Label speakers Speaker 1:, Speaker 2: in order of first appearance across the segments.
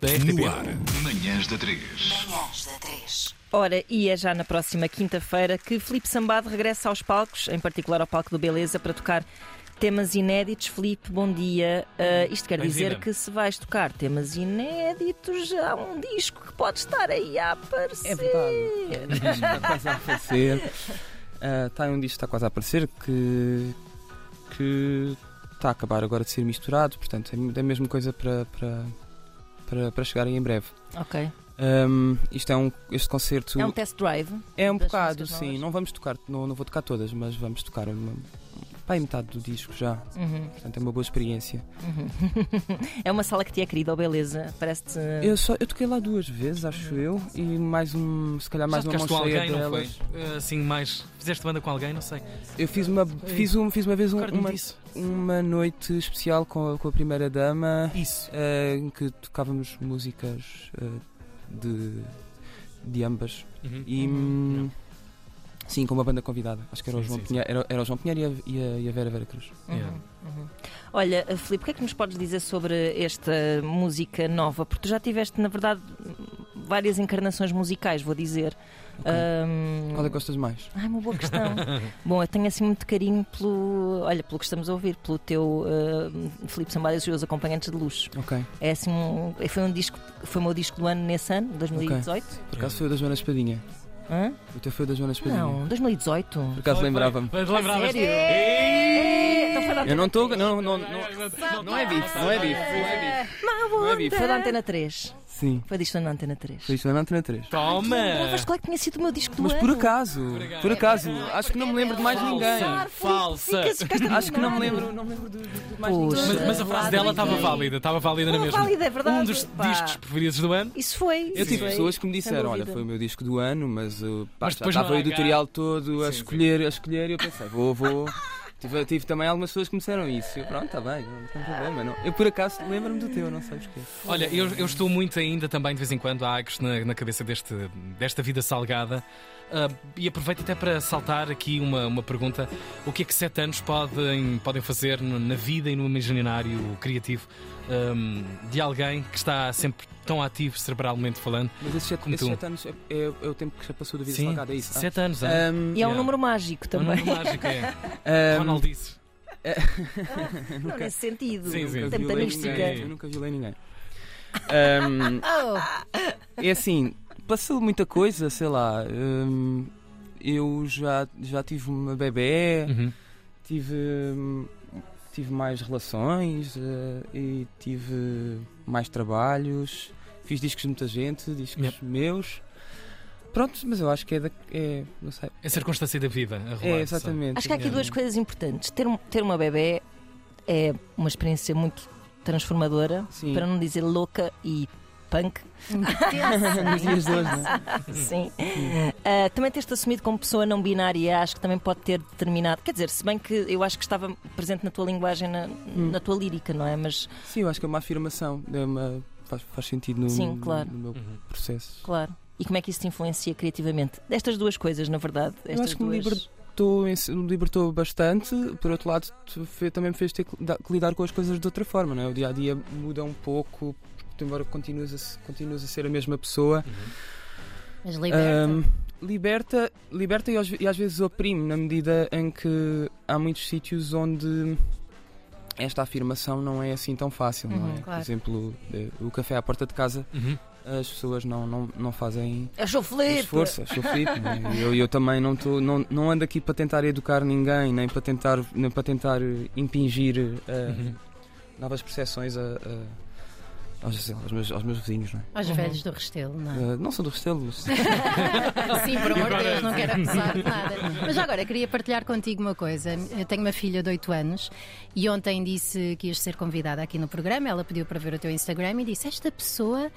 Speaker 1: RTP.
Speaker 2: No ar.
Speaker 3: Manhãs da 3.
Speaker 4: Manhãs da 3.
Speaker 5: Ora, e é já na próxima quinta-feira que Filipe Sambado regressa aos palcos, em particular ao palco do Beleza, para tocar temas inéditos. Filipe, bom dia. Ah, isto quer dizer
Speaker 1: Bem-vinda.
Speaker 5: que se vais tocar temas inéditos, há um disco que pode estar aí a aparecer.
Speaker 6: É verdade. está quase a aparecer. Ah, tá, um disco que está quase a aparecer que. que está a acabar agora de ser misturado, portanto é a mesma coisa para, para, para, para chegarem em breve.
Speaker 5: É, Ok.
Speaker 6: Ahm, isto é um, este concerto
Speaker 5: É um test drive.
Speaker 6: é um
Speaker 5: das
Speaker 6: bocado,
Speaker 5: músicas
Speaker 6: sim.
Speaker 5: novas?
Speaker 6: Não vamos tocar, não, não vou tocar todas, mas vamos tocar uma, pá, em metade do disco já.
Speaker 5: Uhum,
Speaker 6: Portanto é uma boa experiência.
Speaker 5: uhum. é uma sala que te é querida, ou beleza? Parece-te.
Speaker 6: Eu, só, eu toquei lá duas vezes, acho eu, e mais um, se calhar mais
Speaker 1: Já
Speaker 6: uma
Speaker 1: tocaste
Speaker 6: mão
Speaker 1: com
Speaker 6: cheia
Speaker 1: alguém, não
Speaker 6: delas.
Speaker 1: foi? Eh, Assim, mais. Fizeste banda com alguém, não sei.
Speaker 6: Eu fiz uma, fiz um, fiz uma vez um-
Speaker 1: Recordo-me
Speaker 6: uma,
Speaker 1: disso.
Speaker 6: uma noite especial com a, com a primeira dama
Speaker 1: Isso.
Speaker 6: eh, em que tocávamos músicas eh, de, de ambas
Speaker 1: Uhum.
Speaker 6: e hum, sim com uma banda convidada acho que era o
Speaker 1: Sim,
Speaker 6: João
Speaker 1: sim,
Speaker 6: Pinheiro era, era o João Pinheiro e a, e a- e a Vera Vera Cruz
Speaker 5: Uhum,
Speaker 1: Yeah.
Speaker 5: uhum. Olha, Filipe, o que é que nos podes dizer sobre esta música nova? Porque tu já tiveste, na verdade, várias encarnações musicais, vou dizer. Ahm,
Speaker 1: Uhum.
Speaker 6: qual é que gostas mais
Speaker 5: Ai, uma boa questão. Bom, eu tenho assim muito carinho pelo, olha, pelo que estamos a ouvir, pelo teu Felipe Filipe Sambada e os seus acompanhantes de luxo.
Speaker 6: ok
Speaker 5: É assim, um- foi um disco, foi o meu disco do ano nesse ano, 2018.
Speaker 6: por acaso foi o da Joana Espadinha
Speaker 5: Hã?
Speaker 6: o teu foi o da Joana Espadinha
Speaker 5: Não, 2018.
Speaker 6: por acaso lembrava-me
Speaker 1: Mas lembravas-te.
Speaker 5: sério? É, então foi da
Speaker 6: eu
Speaker 5: Antena
Speaker 6: não estou
Speaker 5: 3.
Speaker 6: não, não, não não é bife não é bife não é bife não é bife
Speaker 5: Foi da Antena 3.
Speaker 6: sim
Speaker 5: Foi disto na Antena 3.
Speaker 6: foi isto na Antena 3
Speaker 1: Toma!
Speaker 5: Mas claro que tinha sido o meu disco do
Speaker 6: mas
Speaker 5: ano.
Speaker 6: por acaso por acaso acho que não me lembro de mais ninguém
Speaker 1: Falsa! Falsa!
Speaker 5: Ficas- ficaste a
Speaker 6: Acho que não me
Speaker 5: combinar.
Speaker 6: lembro, não me lembro de, de mais
Speaker 5: Pois.
Speaker 1: Mas, mas a frase dela estava
Speaker 5: Adorei.
Speaker 1: válida, estava válida na mesma.
Speaker 5: Estava válida, é verdade,
Speaker 1: Um dos
Speaker 5: pá.
Speaker 1: discos preferidos do ano.
Speaker 5: Isso foi.
Speaker 6: Eu
Speaker 5: isso
Speaker 6: tive
Speaker 5: foi,
Speaker 6: pessoas que me
Speaker 5: sem
Speaker 6: disseram, olha,
Speaker 5: dúvida.
Speaker 6: foi o meu disco do ano, mas, uh, pá,
Speaker 1: Mas
Speaker 6: já
Speaker 1: depois
Speaker 6: estava
Speaker 1: não
Speaker 6: o
Speaker 1: há
Speaker 6: editorial todo a
Speaker 1: Sim, sim.
Speaker 6: escolher, a escolher, e eu pensei, vou, vou. Tive, tive também algumas pessoas que me disseram isso. Eu, pronto, está bem, não tem problema. Não. Eu por acaso lembro-me do teu, não sabes porquê.
Speaker 1: Olha, eu, eu estou muito ainda também de vez em quando há agos na, na cabeça deste, desta vida salgada. Ah, e aproveito até para saltar aqui uma, uma pergunta: o que é que sete anos podem, podem fazer no- na vida e no imaginário criativo ahm, de alguém que está sempre tão ativo cerebralmente falando?
Speaker 6: Mas esses sete,
Speaker 1: Como
Speaker 6: esses
Speaker 1: tu.
Speaker 6: sete anos é, é- é o tempo que já passou da vida salgada, é isso?
Speaker 1: sete anos.
Speaker 6: Ah. Ah,
Speaker 1: ah.
Speaker 6: Ahm,
Speaker 5: E é um
Speaker 1: Yeah.
Speaker 5: número mágico
Speaker 1: É um
Speaker 5: também.
Speaker 1: número mágico, é.
Speaker 6: ahm,
Speaker 1: Ronald disse.
Speaker 5: Não nesse sentido.
Speaker 1: Sim, sim.
Speaker 6: nunca
Speaker 5: Tem muita
Speaker 6: violei
Speaker 5: mística.
Speaker 6: ninguém, Eu nunca violei ninguém. Ahm,
Speaker 5: Oh,
Speaker 6: É assim, passou muita coisa, sei lá. hum, eu já, já tive uma bebê,
Speaker 1: Uhum.
Speaker 6: tive, hum, tive mais relações eh, e tive mais trabalhos. Fiz discos de muita gente, discos
Speaker 1: Yep.
Speaker 6: meus. Pronto, mas eu acho que é da. É, não sei.
Speaker 1: É a circunstância da vida. A rolar,
Speaker 6: É,
Speaker 1: sabe?
Speaker 6: exatamente.
Speaker 5: Acho que há aqui
Speaker 1: Yeah.
Speaker 5: duas coisas importantes. Ter, um- ter uma bebê é uma experiência muito transformadora,
Speaker 6: Sim.
Speaker 5: para não dizer louca e punk.
Speaker 6: Nos dias de hoje, não é?
Speaker 1: Hum.
Speaker 5: Sim. Ah, também ter-te assumido como pessoa não binária, acho que também pode ter determinado. Quer dizer, se bem que eu acho que estava presente na tua linguagem, na, na tua lírica, não é? Mas,
Speaker 6: Sim, eu acho que é uma afirmação. É uma, faz, faz sentido no,
Speaker 5: Sim, claro.
Speaker 6: no meu
Speaker 1: Uhum.
Speaker 6: processo.
Speaker 5: claro. E como é que isso te influencia criativamente? Destas duas coisas, na verdade. Estas
Speaker 6: acho que me
Speaker 5: duas...
Speaker 6: liber- Tô em- me libertou bastante, por outro lado, tu- fe- também me fez ter que lida- que lidar com as coisas de outra forma, não é? O dia a dia muda um pouco, porque tu, embora continuas a, se- continuas a ser a mesma pessoa.
Speaker 1: Uhum.
Speaker 4: Mas liberta.
Speaker 6: Ahm, liberta, liberta e, aos- e às vezes oprime, na medida em que há muitos sítios onde esta afirmação não é assim tão fácil, não
Speaker 5: Uhum,
Speaker 6: é?
Speaker 4: claro.
Speaker 6: Por exemplo, eh, o café à porta de casa,
Speaker 1: Uhum.
Speaker 6: as pessoas não, não, não fazem
Speaker 5: Eu sou Filipe!
Speaker 6: Força, sou Filipe. né? eu, eu também não, tô, não, não ando aqui para tentar educar ninguém, nem para tentar, nem para tentar eh, impingir eh,
Speaker 1: Uhum.
Speaker 6: novas percepções a, a- aos, sei lá, aos meus, aos meus vizinhos. Não, é?
Speaker 4: Aos velhos do Restelo, não. é?
Speaker 6: Eh, não sou do Restelo, mas
Speaker 4: Sim, por amor de Deus, não quero acusar de nada. Mas já agora, queria partilhar contigo uma coisa. Eu tenho uma filha de 8 anos e ontem disse que ias ser convidada aqui no programa. Ela pediu para ver o teu Instagram e disse: Esta pessoa.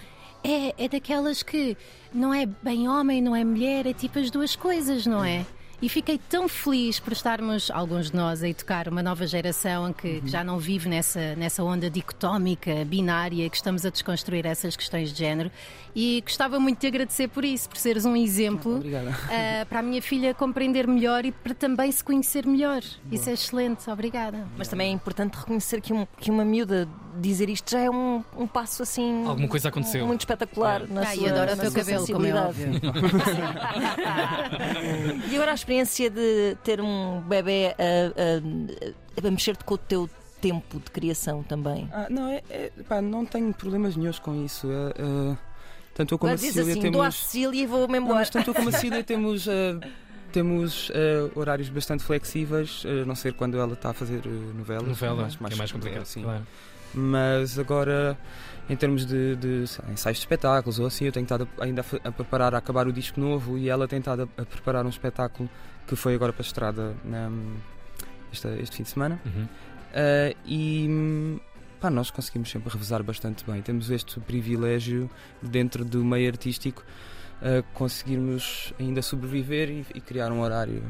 Speaker 4: É, é daquelas que não é bem homem, não é mulher, é tipo as duas coisas, não é? E fiquei tão feliz por estarmos, alguns de nós, a educar uma nova geração que, que já não vive nessa, nessa onda dicotómica, binária, que estamos a desconstruir essas questões de género. E gostava muito de te agradecer por isso, por seres um exemplo
Speaker 6: Obrigada.
Speaker 4: ah, para a minha filha compreender melhor e para também se conhecer melhor. Isso é excelente, obrigada.
Speaker 5: Mas também é importante reconhecer que, um- que uma miúda dizer isto já é um, um passo assim.
Speaker 1: Alguma coisa aconteceu.
Speaker 5: Muito espetacular. Na
Speaker 4: Ah,
Speaker 5: sua,
Speaker 4: e adoro o
Speaker 5: na
Speaker 4: teu
Speaker 5: sua
Speaker 4: cabelo, como é
Speaker 5: sensibilidade.
Speaker 4: óbvio.
Speaker 5: E agora a experiência de ter um bebê a, a- a mexer-te com o teu tempo de criação também.
Speaker 6: Ah, não, é, é- pá, não tenho problemas nenhums com isso. É, é, tanto eu como
Speaker 5: Mas
Speaker 6: a
Speaker 5: diz
Speaker 6: Cecília
Speaker 5: assim, dou à
Speaker 6: temos.
Speaker 5: Cecília e vou-me
Speaker 6: Não,
Speaker 5: embora.
Speaker 6: mas tanto eu como a Cecília temos, eh, temos eh, horários bastante flexíveis, eh, a não ser quando ela está a fazer eh, novelas.
Speaker 1: Novela,
Speaker 6: mas eh,
Speaker 1: que é mais complicado.
Speaker 6: Sim.
Speaker 1: claro.
Speaker 6: Mas agora, em termos de, de, sei lá, ensaios de espetáculos ou assim, eu tenho estado a- ainda a, fa- a preparar, a acabar o disco novo e ela tem estado a, a preparar um espetáculo que foi agora para a estrada na- esta- este fim de semana.
Speaker 1: Uhum.
Speaker 6: Eh, e hum, pá, nós conseguimos sempre revezar bastante bem. Temos este privilégio dentro do meio artístico eh, conseguirmos ainda sobreviver e, e criar um horário.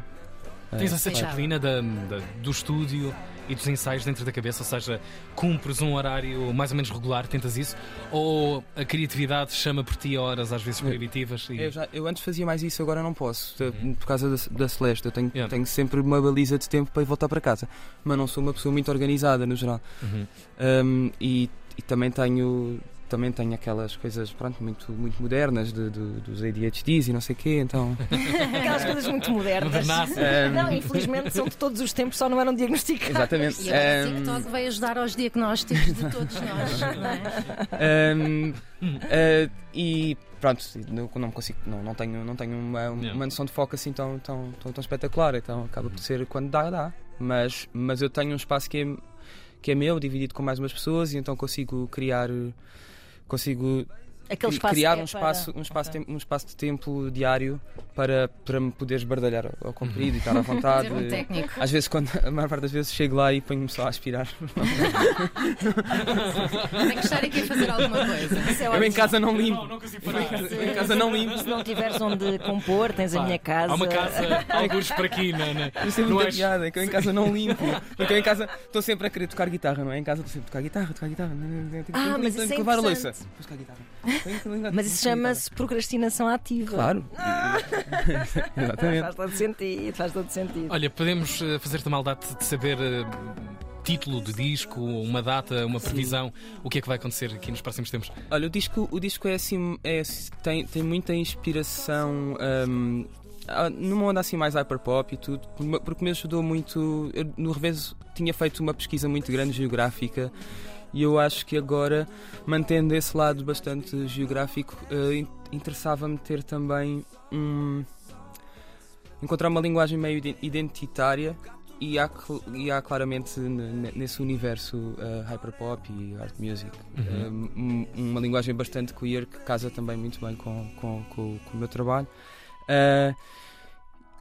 Speaker 6: eh,
Speaker 1: Tens essa
Speaker 4: Sim.
Speaker 1: disciplina da- da- do estúdio e dos ensaios dentro da cabeça, ou seja, cumpres um horário mais ou menos regular, tentas isso? Ou a criatividade chama por ti a horas às vezes
Speaker 6: Eu-
Speaker 1: proibitivas? E...
Speaker 6: É. Eu, já- eu antes fazia mais isso, agora não posso. de-
Speaker 1: Uhum.
Speaker 6: Por causa da, da Celeste, eu tenho,
Speaker 1: Yeah.
Speaker 6: tenho sempre uma baliza de tempo para ir voltar para casa. Mas não sou uma pessoa muito organizada, no geral.
Speaker 1: Uhum.
Speaker 6: Ahm, e, e também tenho também tenho aquelas coisas pronto, muito, muito modernas de- do- dos ADHDs e não sei o quê, então...
Speaker 5: Aquelas coisas muito modernas.
Speaker 1: Modernaças.
Speaker 5: Não, infelizmente são de todos os tempos, só não eram diagnosticadas.
Speaker 6: Exatamente. Um,
Speaker 4: E agora o
Speaker 1: Ehm,
Speaker 6: Ahm,
Speaker 4: TikTok vai ajudar aos diagnósticos de todos nós. não é?
Speaker 6: Ahm, ah, e pronto, não, não consigo, não, não tenho, não tenho uma, uma
Speaker 1: Yeah.
Speaker 6: noção de foco assim tão, tão, tão, tão espetacular, então acaba por ser quando dá, dá. Mas, mas eu tenho um espaço que é, que é meu, dividido com mais umas pessoas, e então consigo criar. eh, Consigo
Speaker 5: Aquele
Speaker 6: cri-
Speaker 5: espaço
Speaker 6: criar
Speaker 5: que é
Speaker 6: um, espaço,
Speaker 5: para-
Speaker 6: um, espaço
Speaker 5: Ok.
Speaker 6: tem- um espaço de tempo diário para, para me poder esbardalhar ao, ao comprido e
Speaker 5: Uhum.
Speaker 6: estar à vontade.
Speaker 4: Ter um técnico.
Speaker 6: Às vezes, quando, a maior parte das vezes, chego lá e ponho-me só a aspirar.
Speaker 4: Tem que estar aqui a fazer alguma coisa.
Speaker 5: Isso é
Speaker 6: Eu em
Speaker 5: ótimo.
Speaker 6: casa não limpo.
Speaker 1: não consigo parar.
Speaker 6: Eu em casa não limpo.
Speaker 5: Se não tiveres onde compor, tens a minha casa.
Speaker 1: Há uma casa, alguns para aqui, não, não.
Speaker 6: Isso é
Speaker 1: Não
Speaker 6: muita
Speaker 1: és-
Speaker 6: piada, que eu em casa não limpo. Porque eu em casa estou sempre a querer tocar guitarra, não é? Em casa estou sempre a tocar guitarra, tocar guitarra.
Speaker 5: Ah, mas isso é
Speaker 6: levar a louça.
Speaker 5: interessante.
Speaker 6: Vou tocar guitarra. Tenho que ligar-
Speaker 5: Mas isso
Speaker 6: tocar
Speaker 5: chama-se procrastinação ativa.
Speaker 6: guitarra. Claro. Exatamente.
Speaker 5: Faz todo sentido, faz todo sentido.
Speaker 1: Olha, podemos eh, fazer-te a maldade de saber eh, título do disco, uma data, uma previsão, o que é que vai acontecer aqui nos próximos tempos?
Speaker 6: Olha, o disco, o disco é assim. É, tem, tem muita inspiração. hum, ah, numa onda assim mais hyperpop e tudo, porque me ajudou muito. Eu, no revés, tinha feito uma pesquisa muito grande geográfica e eu acho que agora, mantendo esse lado bastante geográfico, eh, in- interessava-me ter também um. encontrar uma linguagem meio iden- identitária. E há, cl- e há claramente n- n- nesse universo eh, hyperpop e art music eh, um- uma linguagem bastante queer que casa também muito bem com, com, com- com o meu trabalho. Eh,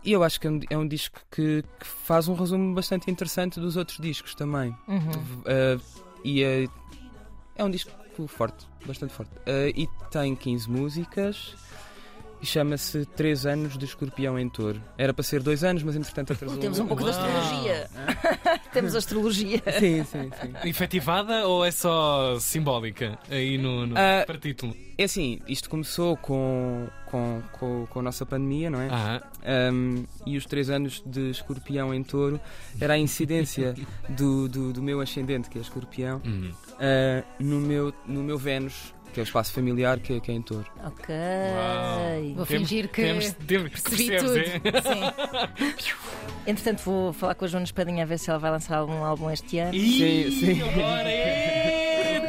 Speaker 6: e eu acho que é um, é um disco que, que faz um resumo bastante interessante dos outros discos também.
Speaker 5: Uhum.
Speaker 6: Uh, e é, é um disco forte, bastante forte. Uh, e tem 15 músicas e chama-se 3 anos de Escorpião em Touro. Era para ser 2 anos, mas entretanto atrasou.
Speaker 5: Temos um pouco de
Speaker 1: Uau.
Speaker 5: astrologia.
Speaker 6: Ah, é?
Speaker 5: Temos astrologia.
Speaker 6: Sim, sim, sim.
Speaker 1: Efetivada ou é só simbólica? Aí no, no-
Speaker 6: Ah.
Speaker 1: para título.
Speaker 6: É assim, isto começou com, com, com, com a nossa pandemia, não é?
Speaker 1: Ah,
Speaker 6: Um, e os 3 anos de Escorpião em Touro era a incidência do, do, do meu ascendente, que é Escorpião,
Speaker 1: hum.
Speaker 6: uh, no, meu, no meu Vênus, que é o espaço familiar, que é, que é em Touro.
Speaker 5: Ok.
Speaker 1: Uau.
Speaker 4: Vou
Speaker 1: Temos-
Speaker 4: fingir que
Speaker 1: temos, temos,
Speaker 4: percebi
Speaker 1: percebes,
Speaker 4: tudo.
Speaker 1: é?
Speaker 4: Sim.
Speaker 5: Entretanto, vou falar com a Joana Espadinha a ver se ela vai lançar algum álbum este ano.
Speaker 1: Ih,
Speaker 6: sim.
Speaker 1: Agora é!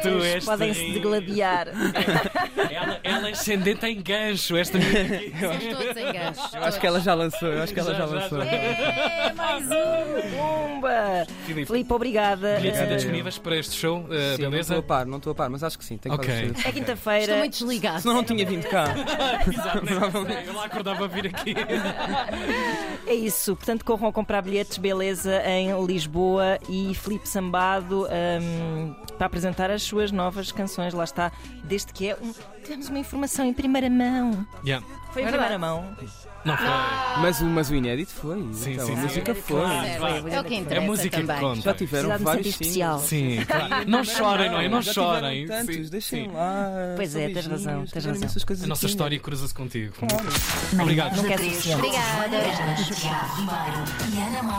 Speaker 1: Tu és
Speaker 5: Podem-se
Speaker 1: terrível.
Speaker 5: degladiar.
Speaker 1: Ela, ela é ascendente em gancho, esta menina aqui.
Speaker 4: Somos todos em gancho.
Speaker 6: Eu acho que ela já lançou, eu acho que ela
Speaker 1: Já,
Speaker 6: já,
Speaker 1: já,
Speaker 6: lançou.
Speaker 1: já.
Speaker 5: É, mais um! Bomba!
Speaker 1: Filipe,
Speaker 5: Filipe, obrigada.
Speaker 1: bilhetes ainda
Speaker 5: Eh,
Speaker 1: disponíveis para este show, uh,
Speaker 6: Sim, não estou
Speaker 1: beleza?
Speaker 6: a par, não estou a par, mas acho que sim, tem
Speaker 1: Ok.
Speaker 6: quase
Speaker 5: É
Speaker 6: certeza.
Speaker 4: Estou
Speaker 5: quinta-feira.
Speaker 4: muito desligado.
Speaker 6: Senão não tinha vindo cá.
Speaker 1: Exato, né? Eu lá acordava a vir aqui.
Speaker 5: É isso. Portanto, corram a comprar bilhetes, beleza, em Lisboa e Filipe Sambado hum, para apresentar as suas suas novas canções, lá está, desde que é. um- Tivemos uma informação em primeira mão.
Speaker 1: Yeah.
Speaker 5: Foi em
Speaker 4: Verdade.
Speaker 5: primeira mão.
Speaker 1: Não foi.
Speaker 6: Mas, o, mas o inédito foi.
Speaker 1: Sim,
Speaker 6: então,
Speaker 1: sim, sim.
Speaker 6: a música foi.
Speaker 1: Claro. vai.
Speaker 4: É o que
Speaker 1: É
Speaker 4: interessa
Speaker 1: a música
Speaker 4: também.
Speaker 1: que conta.
Speaker 6: Já tiveram
Speaker 5: Cidade de
Speaker 6: vários
Speaker 5: Santo
Speaker 6: singles.
Speaker 5: Especial.
Speaker 1: Sim, claro. Não chorem, não é? Não
Speaker 6: já tiveram
Speaker 1: chorem.
Speaker 6: tantos,
Speaker 1: Sim,
Speaker 6: deixem
Speaker 1: sim.
Speaker 6: lá.
Speaker 5: Pois é,
Speaker 6: são
Speaker 5: tens
Speaker 6: beijinhos,
Speaker 5: razão, tens
Speaker 6: tiveram
Speaker 5: razão.
Speaker 6: imensas coisas
Speaker 1: A nossa
Speaker 6: assim.
Speaker 1: história cruza-se contigo. Obrigado.
Speaker 5: assim. Nunca é suficiente.
Speaker 4: Obrigada.
Speaker 2: Ana Marco